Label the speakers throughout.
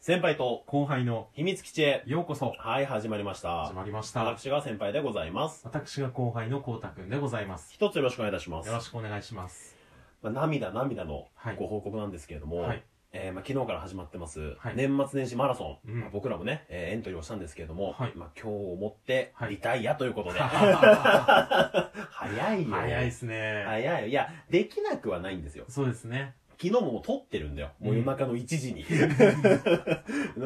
Speaker 1: 先輩と
Speaker 2: 後輩の
Speaker 1: 秘密基地へ。
Speaker 2: ようこそ
Speaker 1: はい、始まりました
Speaker 2: 始。まりました
Speaker 1: 私が先輩でございます。
Speaker 2: 私が後輩のこうたくんでございます
Speaker 1: 一つよろしくお願いいたします。
Speaker 2: よろしくお願いします
Speaker 1: まあ、涙涙の
Speaker 2: はい
Speaker 1: ご報告なんですけれども、
Speaker 2: はい
Speaker 1: えーまあ、昨日から始まってます、
Speaker 2: はい
Speaker 1: 年末年始マラソン、
Speaker 2: うん
Speaker 1: まあ僕らもね、えーエントリーをしたんですけれども、
Speaker 2: はい
Speaker 1: まあ、今日をもって
Speaker 2: はい
Speaker 1: リタイアということで、
Speaker 2: 早
Speaker 1: 早いよ
Speaker 2: いですね
Speaker 1: 早いよいやできなくはないんですよ
Speaker 2: そうですね
Speaker 1: 昨日ももう撮ってるんだよもう夜中の1時 に、夜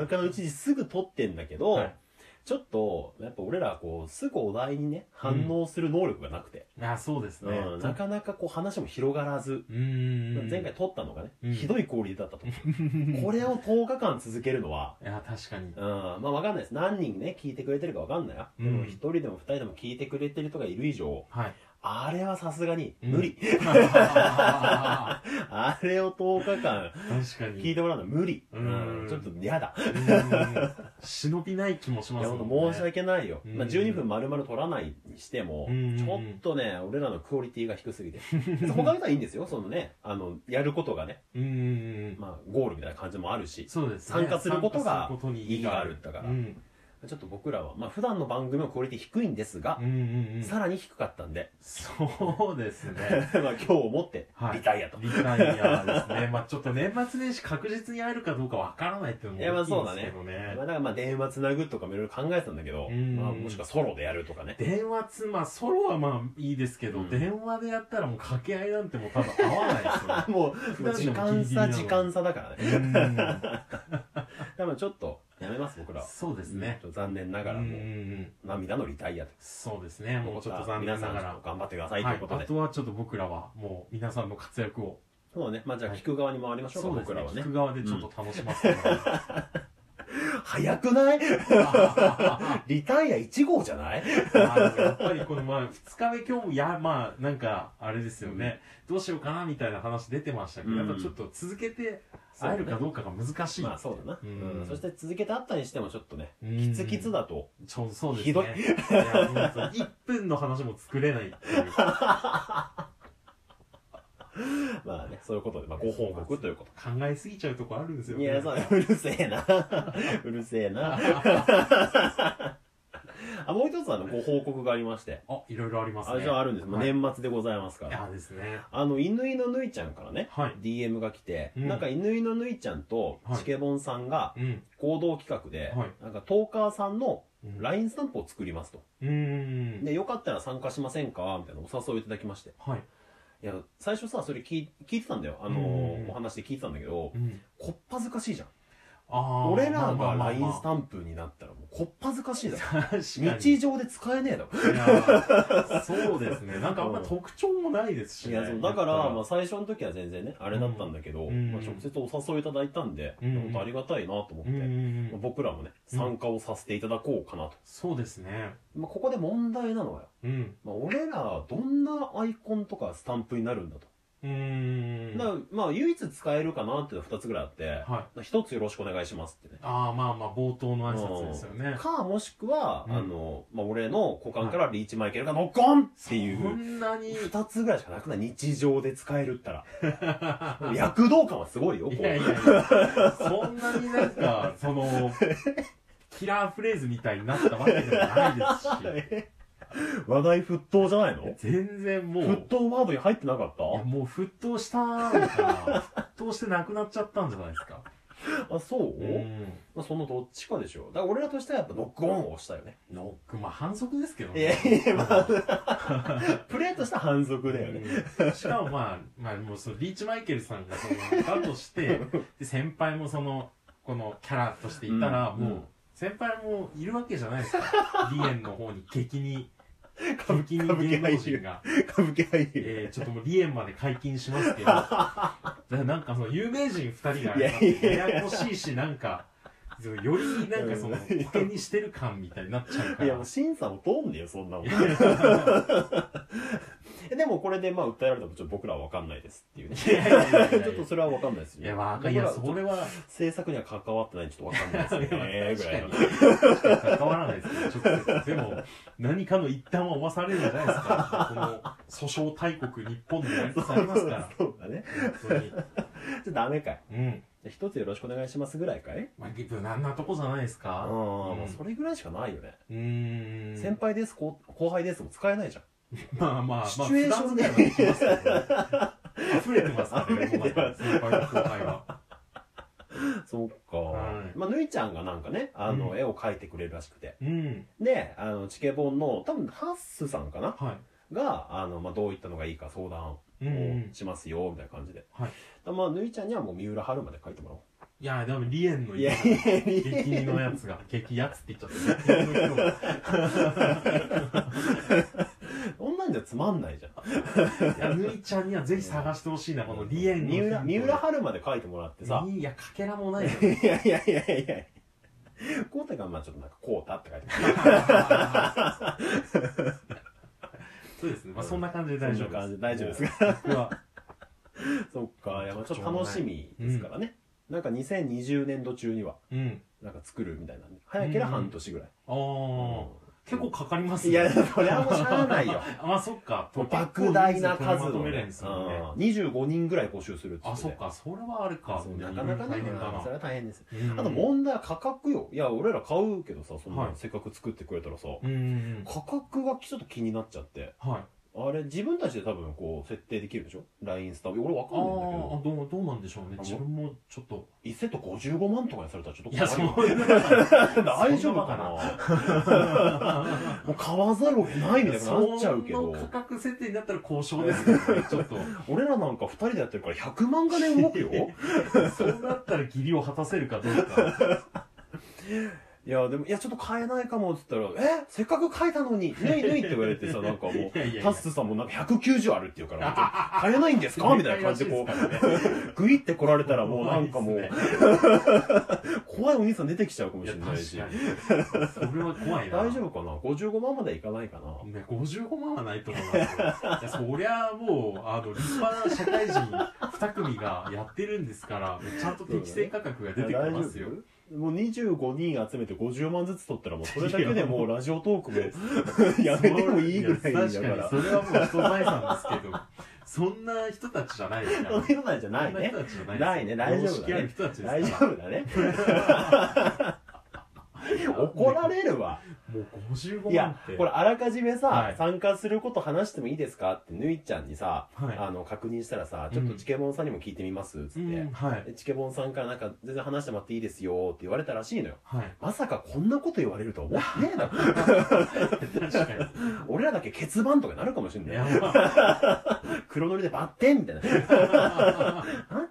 Speaker 1: 中の1時すぐ撮ってんだけど、
Speaker 2: はい
Speaker 1: ちょっとやっぱ俺らこうすぐお題にね反応する能力がなくて、
Speaker 2: あそうですね
Speaker 1: うんなかなかこう話も広がらず、
Speaker 2: うーん
Speaker 1: 前回撮ったのがね、
Speaker 2: うん
Speaker 1: ひどいクオリティだったと これを10日間続けるのは、
Speaker 2: いや確かに
Speaker 1: うん、まあわかんないです。何人ね、聞いてくれてるかわかんないよ。
Speaker 2: うん
Speaker 1: でも一人でも二人でも聞いてくれてる人がいる以上、
Speaker 2: はい
Speaker 1: あれはさすがに無理。
Speaker 2: 確
Speaker 1: あれを10日間
Speaker 2: か
Speaker 1: 聞い
Speaker 2: に
Speaker 1: てもらうのは無理。
Speaker 2: うん
Speaker 1: ちょっと嫌だ。
Speaker 2: うーん忍びない気もし
Speaker 1: い
Speaker 2: ま
Speaker 1: や
Speaker 2: す
Speaker 1: ほ
Speaker 2: も
Speaker 1: ん
Speaker 2: ん
Speaker 1: と
Speaker 2: ね
Speaker 1: 申し訳ないよ。
Speaker 2: うん
Speaker 1: まあ12分丸々取らないにしても、
Speaker 2: うん
Speaker 1: ちょっとね、俺らのクオリティが低すぎて。 他の人はいいんですよ。そのね、あの、やることがね、
Speaker 2: うーん
Speaker 1: まあゴールみたいな感じもあるし、
Speaker 2: そうですね
Speaker 1: 参加することが
Speaker 2: 参加することに
Speaker 1: 意義があるんだから
Speaker 2: うん
Speaker 1: ちょっと僕らは、まあ普段の番組もクオリティ低いんですが
Speaker 2: う、んうんうん
Speaker 1: さらに低かったんで、
Speaker 2: そうです
Speaker 1: ま
Speaker 2: ね。
Speaker 1: あ今日をもって
Speaker 2: はい
Speaker 1: リタイアと。
Speaker 2: リタイアですね。 まあちょっと年末年始確実に会えるかどうかわからないっていうのも
Speaker 1: いやまあ
Speaker 2: 大きい
Speaker 1: そ
Speaker 2: ん
Speaker 1: う
Speaker 2: で
Speaker 1: だ
Speaker 2: す
Speaker 1: ね
Speaker 2: けどね
Speaker 1: ま。あだからまあ電話つなぐとかもいろいろ考えてたんだけど、
Speaker 2: うん
Speaker 1: まあもしくはソロでやるとかね。
Speaker 2: 電話つ、まあソロはまあいいですけど、
Speaker 1: うん
Speaker 2: 電話でやったらもう掛け合いなんてもう多分合わないですよ
Speaker 1: あもう、
Speaker 2: 普
Speaker 1: もう
Speaker 2: 段
Speaker 1: 時
Speaker 2: でもギ
Speaker 1: 間
Speaker 2: リギリな
Speaker 1: 差、
Speaker 2: の
Speaker 1: 時間差だからね。
Speaker 2: う
Speaker 1: 多分ちょっと、やめます、僕ら
Speaker 2: ん。
Speaker 1: は。
Speaker 2: そうですね
Speaker 1: ち。ょっと残念ながら、
Speaker 2: うん
Speaker 1: も
Speaker 2: う
Speaker 1: うん
Speaker 2: うん
Speaker 1: 涙のリタイアと。
Speaker 2: そうですね。もうちょっと残念な
Speaker 1: 皆
Speaker 2: が
Speaker 1: さ
Speaker 2: ら
Speaker 1: ん。頑張ってくださいと
Speaker 2: はいいう
Speaker 1: こ。と
Speaker 2: あ
Speaker 1: で。
Speaker 2: とはちょっと僕らはもう皆さんの活躍を、
Speaker 1: そうね。まあじゃあ
Speaker 2: はい
Speaker 1: 聞く側に回りましょうか、
Speaker 2: そうです
Speaker 1: 僕
Speaker 2: ね
Speaker 1: らは。ね
Speaker 2: 聞く。側でちょっと楽しませてもらいます
Speaker 1: 早くない リタイア1号じゃない
Speaker 2: まあでもやっぱりこのまあ2日目今日もいやまあなんかあれですよね、どうしようかなみたいな話出てましたけど、
Speaker 1: うん
Speaker 2: やっぱちょっと続けて会えるかどうかが難しい、
Speaker 1: まあそうだな。
Speaker 2: うん
Speaker 1: うんそして続けてあったにしてもちょっとね、
Speaker 2: うん
Speaker 1: キツキツだと、
Speaker 2: ちょそうで
Speaker 1: ひ
Speaker 2: すね
Speaker 1: どい
Speaker 2: や本当1分の話も作れないっていう考
Speaker 1: まあね、そういうことで、まあご報告というこ
Speaker 2: えすぎちゃうとこあるんですよ
Speaker 1: と。
Speaker 2: ね
Speaker 1: いや、そうね、うるせえな。 うるせえな。あ、もう一つあの、ご報告がありまして。
Speaker 2: あいろいろあります
Speaker 1: あ、
Speaker 2: ね
Speaker 1: じゃああるんです。もう
Speaker 2: はい
Speaker 1: 年末でございますか
Speaker 2: い
Speaker 1: ら。
Speaker 2: やですね
Speaker 1: あの、犬犬のぬいちゃんからね、
Speaker 2: はい
Speaker 1: DM が来て、
Speaker 2: うん
Speaker 1: なんか犬犬のぬいちゃんと
Speaker 2: はい
Speaker 1: チケボンさんが
Speaker 2: うん
Speaker 1: 合同企画で、
Speaker 2: はい
Speaker 1: なんかトーカーさんの
Speaker 2: うん
Speaker 1: LINE スタンプを作りますと。
Speaker 2: うーん
Speaker 1: で、よかったら参加しませんかみたいなお誘いをいただきまして。
Speaker 2: はい、
Speaker 1: いや、最初さ、それ聞い聞いてたんだよ。あの
Speaker 2: うん
Speaker 1: ー、お話で聞いてたんだけど
Speaker 2: う、ん、
Speaker 1: こっぱずかしいじゃん。
Speaker 2: ああ
Speaker 1: 俺らが LINE ス
Speaker 2: スタ
Speaker 1: タンプになったらもうこっぱずかしいだろ。
Speaker 2: 確かに
Speaker 1: 日常で使えねえだろ。
Speaker 2: いやそうですね。なんかあんま特徴もないですし、
Speaker 1: い
Speaker 2: ね。
Speaker 1: や、そうだから、ま
Speaker 2: ま
Speaker 1: あ最初の時は全然ね、あれだったんだけど、
Speaker 2: うん
Speaker 1: まあ直接お誘いいただいたんで、
Speaker 2: うん
Speaker 1: 本当ありがたいなと思っ
Speaker 2: う
Speaker 1: て、
Speaker 2: んうんう
Speaker 1: まあ
Speaker 2: ん、
Speaker 1: 僕らもね、
Speaker 2: うん
Speaker 1: 参加をさせていただこうかなと。
Speaker 2: そうですね。
Speaker 1: まあここで問題なのはよ、
Speaker 2: うん。
Speaker 1: まあ、俺らどんなアイコンとかスタンプになるんだと。
Speaker 2: うーん。
Speaker 1: だからまあ唯一使えるかなっていうのは2つぐらいあって、
Speaker 2: はい。
Speaker 1: 一つよろしくお願いしますってね。
Speaker 2: ああ、まあまあ、冒頭の挨拶ですよね。
Speaker 1: か、もしくは、
Speaker 2: うん
Speaker 1: あの、まあ、俺の股間からリーチマイケルがノッコンってい
Speaker 2: そ
Speaker 1: うん
Speaker 2: なに。
Speaker 1: 二つぐらいしかなくない日常で使えるったら。 躍動感はすごいよ、こ。
Speaker 2: いうやいやいや、そんなになんか、その、キラーフレーズみたいになったわけでもないですし、
Speaker 1: 話題沸騰じゃないの
Speaker 2: 全然もう、
Speaker 1: 沸騰ワードに入ってなか
Speaker 2: いや
Speaker 1: っ
Speaker 2: もう沸騰したのかな。沸騰してなくなっちゃったんじゃないですか。
Speaker 1: たあ、そう、
Speaker 2: うん。
Speaker 1: まあ、そのどっちかでしょう。だから俺らとしてはやっぱノックオンをしたよね。
Speaker 2: ノック、まあ反則ですけど
Speaker 1: いやいや、まあ、プレーとしては反則だよね。
Speaker 2: うんしかもまあ、まあもうそのリーチマイケルさんがその、だ として、で先輩もその、このキャラとしていたら、
Speaker 1: うん
Speaker 2: もう、先輩もいるわけじゃないですか。リエンの方に 激に、
Speaker 1: 歌舞
Speaker 2: 激
Speaker 1: 伎、
Speaker 2: に
Speaker 1: 歌舞伎
Speaker 2: 芸能
Speaker 1: 俳
Speaker 2: 人
Speaker 1: 優。
Speaker 2: が、
Speaker 1: 歌舞伎俳優。
Speaker 2: えー、ちょっともうリエンまで解禁しますけど、だからなんかその有名人二人が、
Speaker 1: いやいや
Speaker 2: ややこしいし、なんか、よりなんかその、
Speaker 1: うん
Speaker 2: 保険にしてる感みたいになっちゃうか
Speaker 1: い
Speaker 2: ら。
Speaker 1: や、もう審査も通んねえよ、そんなもん。
Speaker 2: いや
Speaker 1: でもこれでまあ訴えられたらちょっと僕らは分かんないですっていうね。
Speaker 2: いやいやいやいや
Speaker 1: ちょっとそれは分かんないです
Speaker 2: い
Speaker 1: ね。
Speaker 2: や、まあ、いや、それは、
Speaker 1: 制作には関わってないんでちょっと分かんないですね。ぐら いの。
Speaker 2: 確かに関わらないですね、直 接。でも、何かの一端は追わされるんじゃないですか。この訴訟大国、日本でやりつつありますから。
Speaker 1: そうだね。
Speaker 2: 本当に。
Speaker 1: ちょっとダメかい。
Speaker 2: うん。
Speaker 1: じゃあ一つよろしくお願いしますぐらいかい
Speaker 2: まあ、無難なとこじゃないです
Speaker 1: ああ、
Speaker 2: か
Speaker 1: もうそれぐらいしかないよね。
Speaker 2: うーん
Speaker 1: 先輩です、後後輩ですも使えないじゃん。
Speaker 2: まあまあまあ
Speaker 1: シチュエーションで
Speaker 2: 普段使いはできますけど溢れてますからね
Speaker 1: 溢れてます
Speaker 2: 世の中の先輩と後輩は
Speaker 1: そっか。
Speaker 2: はい
Speaker 1: まあ、ぬいちゃんがなんかね、あの、
Speaker 2: うん
Speaker 1: 絵を描いてくれるらしくて。
Speaker 2: うん
Speaker 1: で、あの、チケボンの、多分、ハッスさんかな
Speaker 2: は
Speaker 1: が、あの、まあ、どういったのがいいか相談
Speaker 2: いうんうん
Speaker 1: をしますよ、みたいな感じで。
Speaker 2: はい
Speaker 1: だまあ、ぬいちゃんにはもう三浦春まで描いても
Speaker 2: いやでもリエ
Speaker 1: ら
Speaker 2: ン
Speaker 1: お
Speaker 2: の
Speaker 1: う。いや、
Speaker 2: 激
Speaker 1: いや、
Speaker 2: 似のやつが激やつって言っちゃった激似の人が
Speaker 1: そんなんじゃつまんないじゃん。
Speaker 2: いや、ぬいちゃんにはぜひ探してほしいな、このリエン
Speaker 1: 三
Speaker 2: のヒント
Speaker 1: 浦、三浦春まで描いてもらってさ。
Speaker 2: いや、かけらもないよ。
Speaker 1: いやいやいやいやコータがまあちょっとなんかコータって書いてある。
Speaker 2: そうですね。まあ、そんな感じで大丈夫
Speaker 1: そん
Speaker 2: です。
Speaker 1: な感じで大丈夫です
Speaker 2: か僕は、
Speaker 1: そっ か、いやまあちょっと楽しみですからね。なんか2020年度中には、
Speaker 2: うん。
Speaker 1: なんか作るみたいなんで。早ければ半年ぐらい。
Speaker 2: あー、結構かかります
Speaker 1: いや、それはもうしゃあないよ。
Speaker 2: あ、 まあ、そっか。
Speaker 1: もう莫大な数
Speaker 2: まと
Speaker 1: を、
Speaker 2: めれ
Speaker 1: ね
Speaker 2: んですもんね。
Speaker 1: うん25人ぐらい募集するっつってて
Speaker 2: あ、そっか。それはあれか
Speaker 1: そう。なかなかね
Speaker 2: 大変だ
Speaker 1: うんそ
Speaker 2: な。
Speaker 1: れは大変です
Speaker 2: うん
Speaker 1: あと問題は価格よいや俺ら買うけどさそ
Speaker 2: は
Speaker 1: の
Speaker 2: い
Speaker 1: せっかく作ってくれたらさ、
Speaker 2: うんうん
Speaker 1: 価格がちょっと気になっちゃって
Speaker 2: うん。はい。
Speaker 1: あれ自分たちで多分こう設定できるでしょ LINE スタンプ俺わ
Speaker 2: あ
Speaker 1: かんないんだけ
Speaker 2: ー
Speaker 1: ど
Speaker 2: あ、どう、どうなんでしょうね。
Speaker 1: あ
Speaker 2: 自分もちょっと。
Speaker 1: 1セット55万とかにされたらちょっと
Speaker 2: いや、そ
Speaker 1: 困る
Speaker 2: う
Speaker 1: よ大丈夫かなもう買わざるを得ないみたいになっちゃうけ
Speaker 2: そ
Speaker 1: ど
Speaker 2: の価格設定になったら交渉ですけどね、ち ょっと。
Speaker 1: 俺らなんか2人でやってるから100万がね動くよ
Speaker 2: そうなったら義理を果たせるかどうか。
Speaker 1: いや、でも、いや、ちょっと買えないかもって言ったら、えせっかく書いたのに、ぬいぬいって言われてさ、なんかもう、
Speaker 2: いやいやいや
Speaker 1: タッスさんもなんか190あるって言うから、ちょ っと買えないんですかみたいな感じでこ
Speaker 2: う。
Speaker 1: う、グイって来られたらもうなんかも
Speaker 2: 怖いうっ、
Speaker 1: 怖いお兄さん出てきちゃうかも
Speaker 2: い
Speaker 1: し
Speaker 2: や、
Speaker 1: れ
Speaker 2: 確
Speaker 1: な
Speaker 2: か
Speaker 1: い
Speaker 2: に。
Speaker 1: し。
Speaker 2: それは怖いな。
Speaker 1: 大丈夫かな ?55 万までいかないかな
Speaker 2: ね、55万はないと思うな。いや、そりゃもう、あの、立派な社会人2組がやってるんですから、ちゃんと適正価格が出てきますよ。
Speaker 1: もう25人集めて50万ずつ取ったらもうそれだけでもうラジオトー クもやめてもいいぐらいだ
Speaker 2: や
Speaker 1: か。
Speaker 2: 確からに、
Speaker 1: そ
Speaker 2: それはもう人財産ですけど、そんな人たちじゃないですから
Speaker 1: ういうのなんじゃないね
Speaker 2: そ。んな人たちじゃないです
Speaker 1: ないね大丈夫だね
Speaker 2: 常識ある人たちですから
Speaker 1: 大丈夫だね。怒られるわ。
Speaker 2: もう55万
Speaker 1: いや
Speaker 2: って。、
Speaker 1: これあらかじめさ、
Speaker 2: はい
Speaker 1: 参加すること話してもいいですかって、ぬいちゃんにさ、
Speaker 2: はい
Speaker 1: あの、確認したらさ、ちょっとチケボンさんにも聞いてみます、つって。
Speaker 2: うん、はい。
Speaker 1: でチケボンさんからなんか、全然話してもらっていいですよ、って言われたらしいのよ。
Speaker 2: はい。
Speaker 1: まさかこんなこと言われるとは思ってねえ な。
Speaker 2: 確かに。
Speaker 1: 俺らだけ欠番とかになるかもしんない。
Speaker 2: やば
Speaker 1: 黒塗りでバッテンみたいな。なっ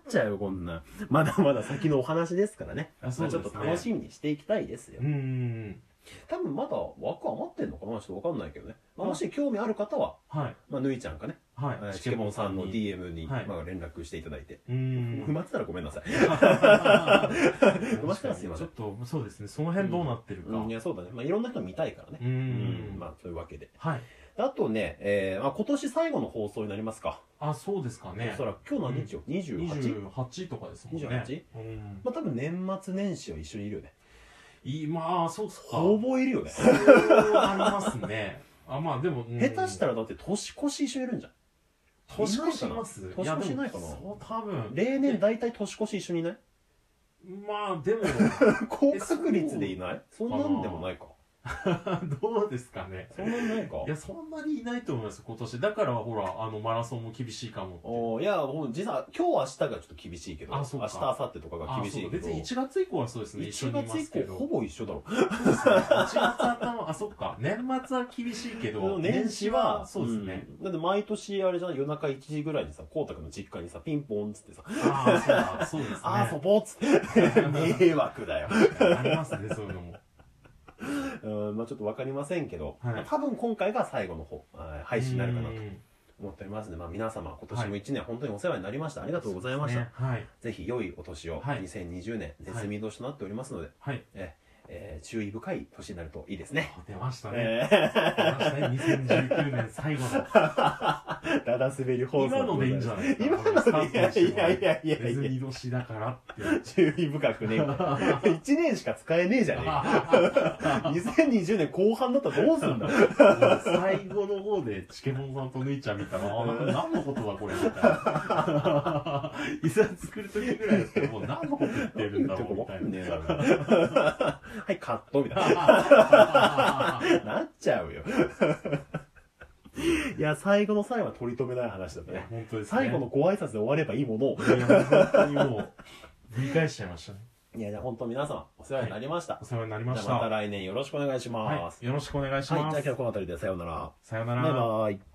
Speaker 1: ちゃうよ、こんな。まだまだ先のお話ですからね。
Speaker 2: あそうですね
Speaker 1: まあちょっと楽しみにしていきたいですよ
Speaker 2: う。ん。
Speaker 1: 多分まだ枠余ってんのかなちょっとわかんないけどね。まあ
Speaker 2: うん
Speaker 1: もし興味ある方は、
Speaker 2: はい。
Speaker 1: まあ、ぬいちゃんかね。
Speaker 2: は
Speaker 1: えー
Speaker 2: い。
Speaker 1: チケボンさんの
Speaker 2: に
Speaker 1: DM に、
Speaker 2: はい
Speaker 1: まあ、連絡していただいて。
Speaker 2: う
Speaker 1: 埋
Speaker 2: ん。
Speaker 1: まってたらごめんなさい。
Speaker 2: 埋
Speaker 1: まってたらすいません
Speaker 2: ちょっと、そうですね。その辺どうなってるか。
Speaker 1: うんいや、そうだね。まあ、いろんな人見たいからね。
Speaker 2: う。
Speaker 1: うんまあ、そういうわけで。
Speaker 2: はい。
Speaker 1: あとね、えーまあ、今年最後の放送になりますか。
Speaker 2: あ、そうですかね
Speaker 1: おそ。らく今日何日よ、?28?
Speaker 2: 28とかですもんね。
Speaker 1: 28
Speaker 2: うん。
Speaker 1: まあ、多分年末年始は一緒にいるよね。
Speaker 2: いまあ、そうっすか。
Speaker 1: ほぼいるよね。
Speaker 2: そうなりますね。 あ、まあでも、うん
Speaker 1: 下手したらだって年越し一緒にいるんじゃ
Speaker 2: 年越します
Speaker 1: 年越しないかな
Speaker 2: やでもそう、多分
Speaker 1: ん。例年大体年越し一緒にいない
Speaker 2: まあ、でも、
Speaker 1: 高確率でいないそんなんでもないか。
Speaker 2: どうですかね。
Speaker 1: そんなん ないか。
Speaker 2: いや、そんなにいないと思います、今年。だから、ほら、あの、マラソンも厳しいかも
Speaker 1: おーいや、もう実は今日明日がちょっと厳しいけど、
Speaker 2: あ
Speaker 1: 明日
Speaker 2: そう
Speaker 1: 明
Speaker 2: か
Speaker 1: 後日とか
Speaker 2: って。
Speaker 1: が厳しい
Speaker 2: あそう
Speaker 1: けど、
Speaker 2: 別に1月以降はそうですね、一緒にいま
Speaker 1: 1
Speaker 2: すけ
Speaker 1: 月以
Speaker 2: ど。
Speaker 1: 降ほぼ一緒だろ。
Speaker 2: そうですね1月頭、あ、そっか。年末は厳しいけ
Speaker 1: こ
Speaker 2: ど、
Speaker 1: の
Speaker 2: 年始は、そうですね。。
Speaker 1: うんだって毎年あれじゃん、夜中1時ぐらいにさ、光沢の実家にさ、ピンポンっつってさ、
Speaker 2: ああ、そうだ、そうですね。
Speaker 1: あー、そぼっつって。 迷惑だよ。
Speaker 2: ありますね、そういうのも。
Speaker 1: うん、まあちょっとわかりませんけど、
Speaker 2: はい
Speaker 1: 多分今回が最後の方、あー 配信になるかなと
Speaker 2: うん
Speaker 1: 思っておりますので、まあ皆様今年も1年本当にお世話になりました。ありがとうございました。
Speaker 2: ねはい。
Speaker 1: ぜひ良いお年を、
Speaker 2: はい
Speaker 1: 2020年、絶命年となっておりますので、
Speaker 2: はい。
Speaker 1: ええー注意深い年になるといいですね。
Speaker 2: あ出ましたね。
Speaker 1: え
Speaker 2: 出ましたね。2019年最後の。
Speaker 1: だだ滑り放送
Speaker 2: 今のでいいんじゃない
Speaker 1: 今のでいやいやいやいやいや
Speaker 2: 別に年だからってやつ。
Speaker 1: 注意深くね1年しか使えねえじゃねえか2020年後半だったらどうすんだ
Speaker 2: 最後の方でチケモンさんとぬいちゃん見たら、あ何のことだこれみたいな。いざ作る時ぐらいだったらもう何のこと言ってるんだろうみたいな。
Speaker 1: ねえだろはいカットみたいななっちゃうよ。いや、最後の最後は取り留めない話だった
Speaker 2: いや
Speaker 1: ね。
Speaker 2: 本当ですね
Speaker 1: 最後のご挨拶で終わればいいものを。
Speaker 2: いや本当にもう、理解しちゃいましたね。
Speaker 1: いや、じゃあ本当皆様、お世話になりました。
Speaker 2: お世話になりま
Speaker 1: じゃ
Speaker 2: し
Speaker 1: あまた
Speaker 2: た。
Speaker 1: 来年よろしくお願いします。
Speaker 2: はい、よろしくお願いし
Speaker 1: はい、
Speaker 2: ま
Speaker 1: じゃあ今
Speaker 2: す
Speaker 1: 日。この辺りでさようなら。
Speaker 2: さよな
Speaker 1: バイ
Speaker 2: ら。
Speaker 1: バイ。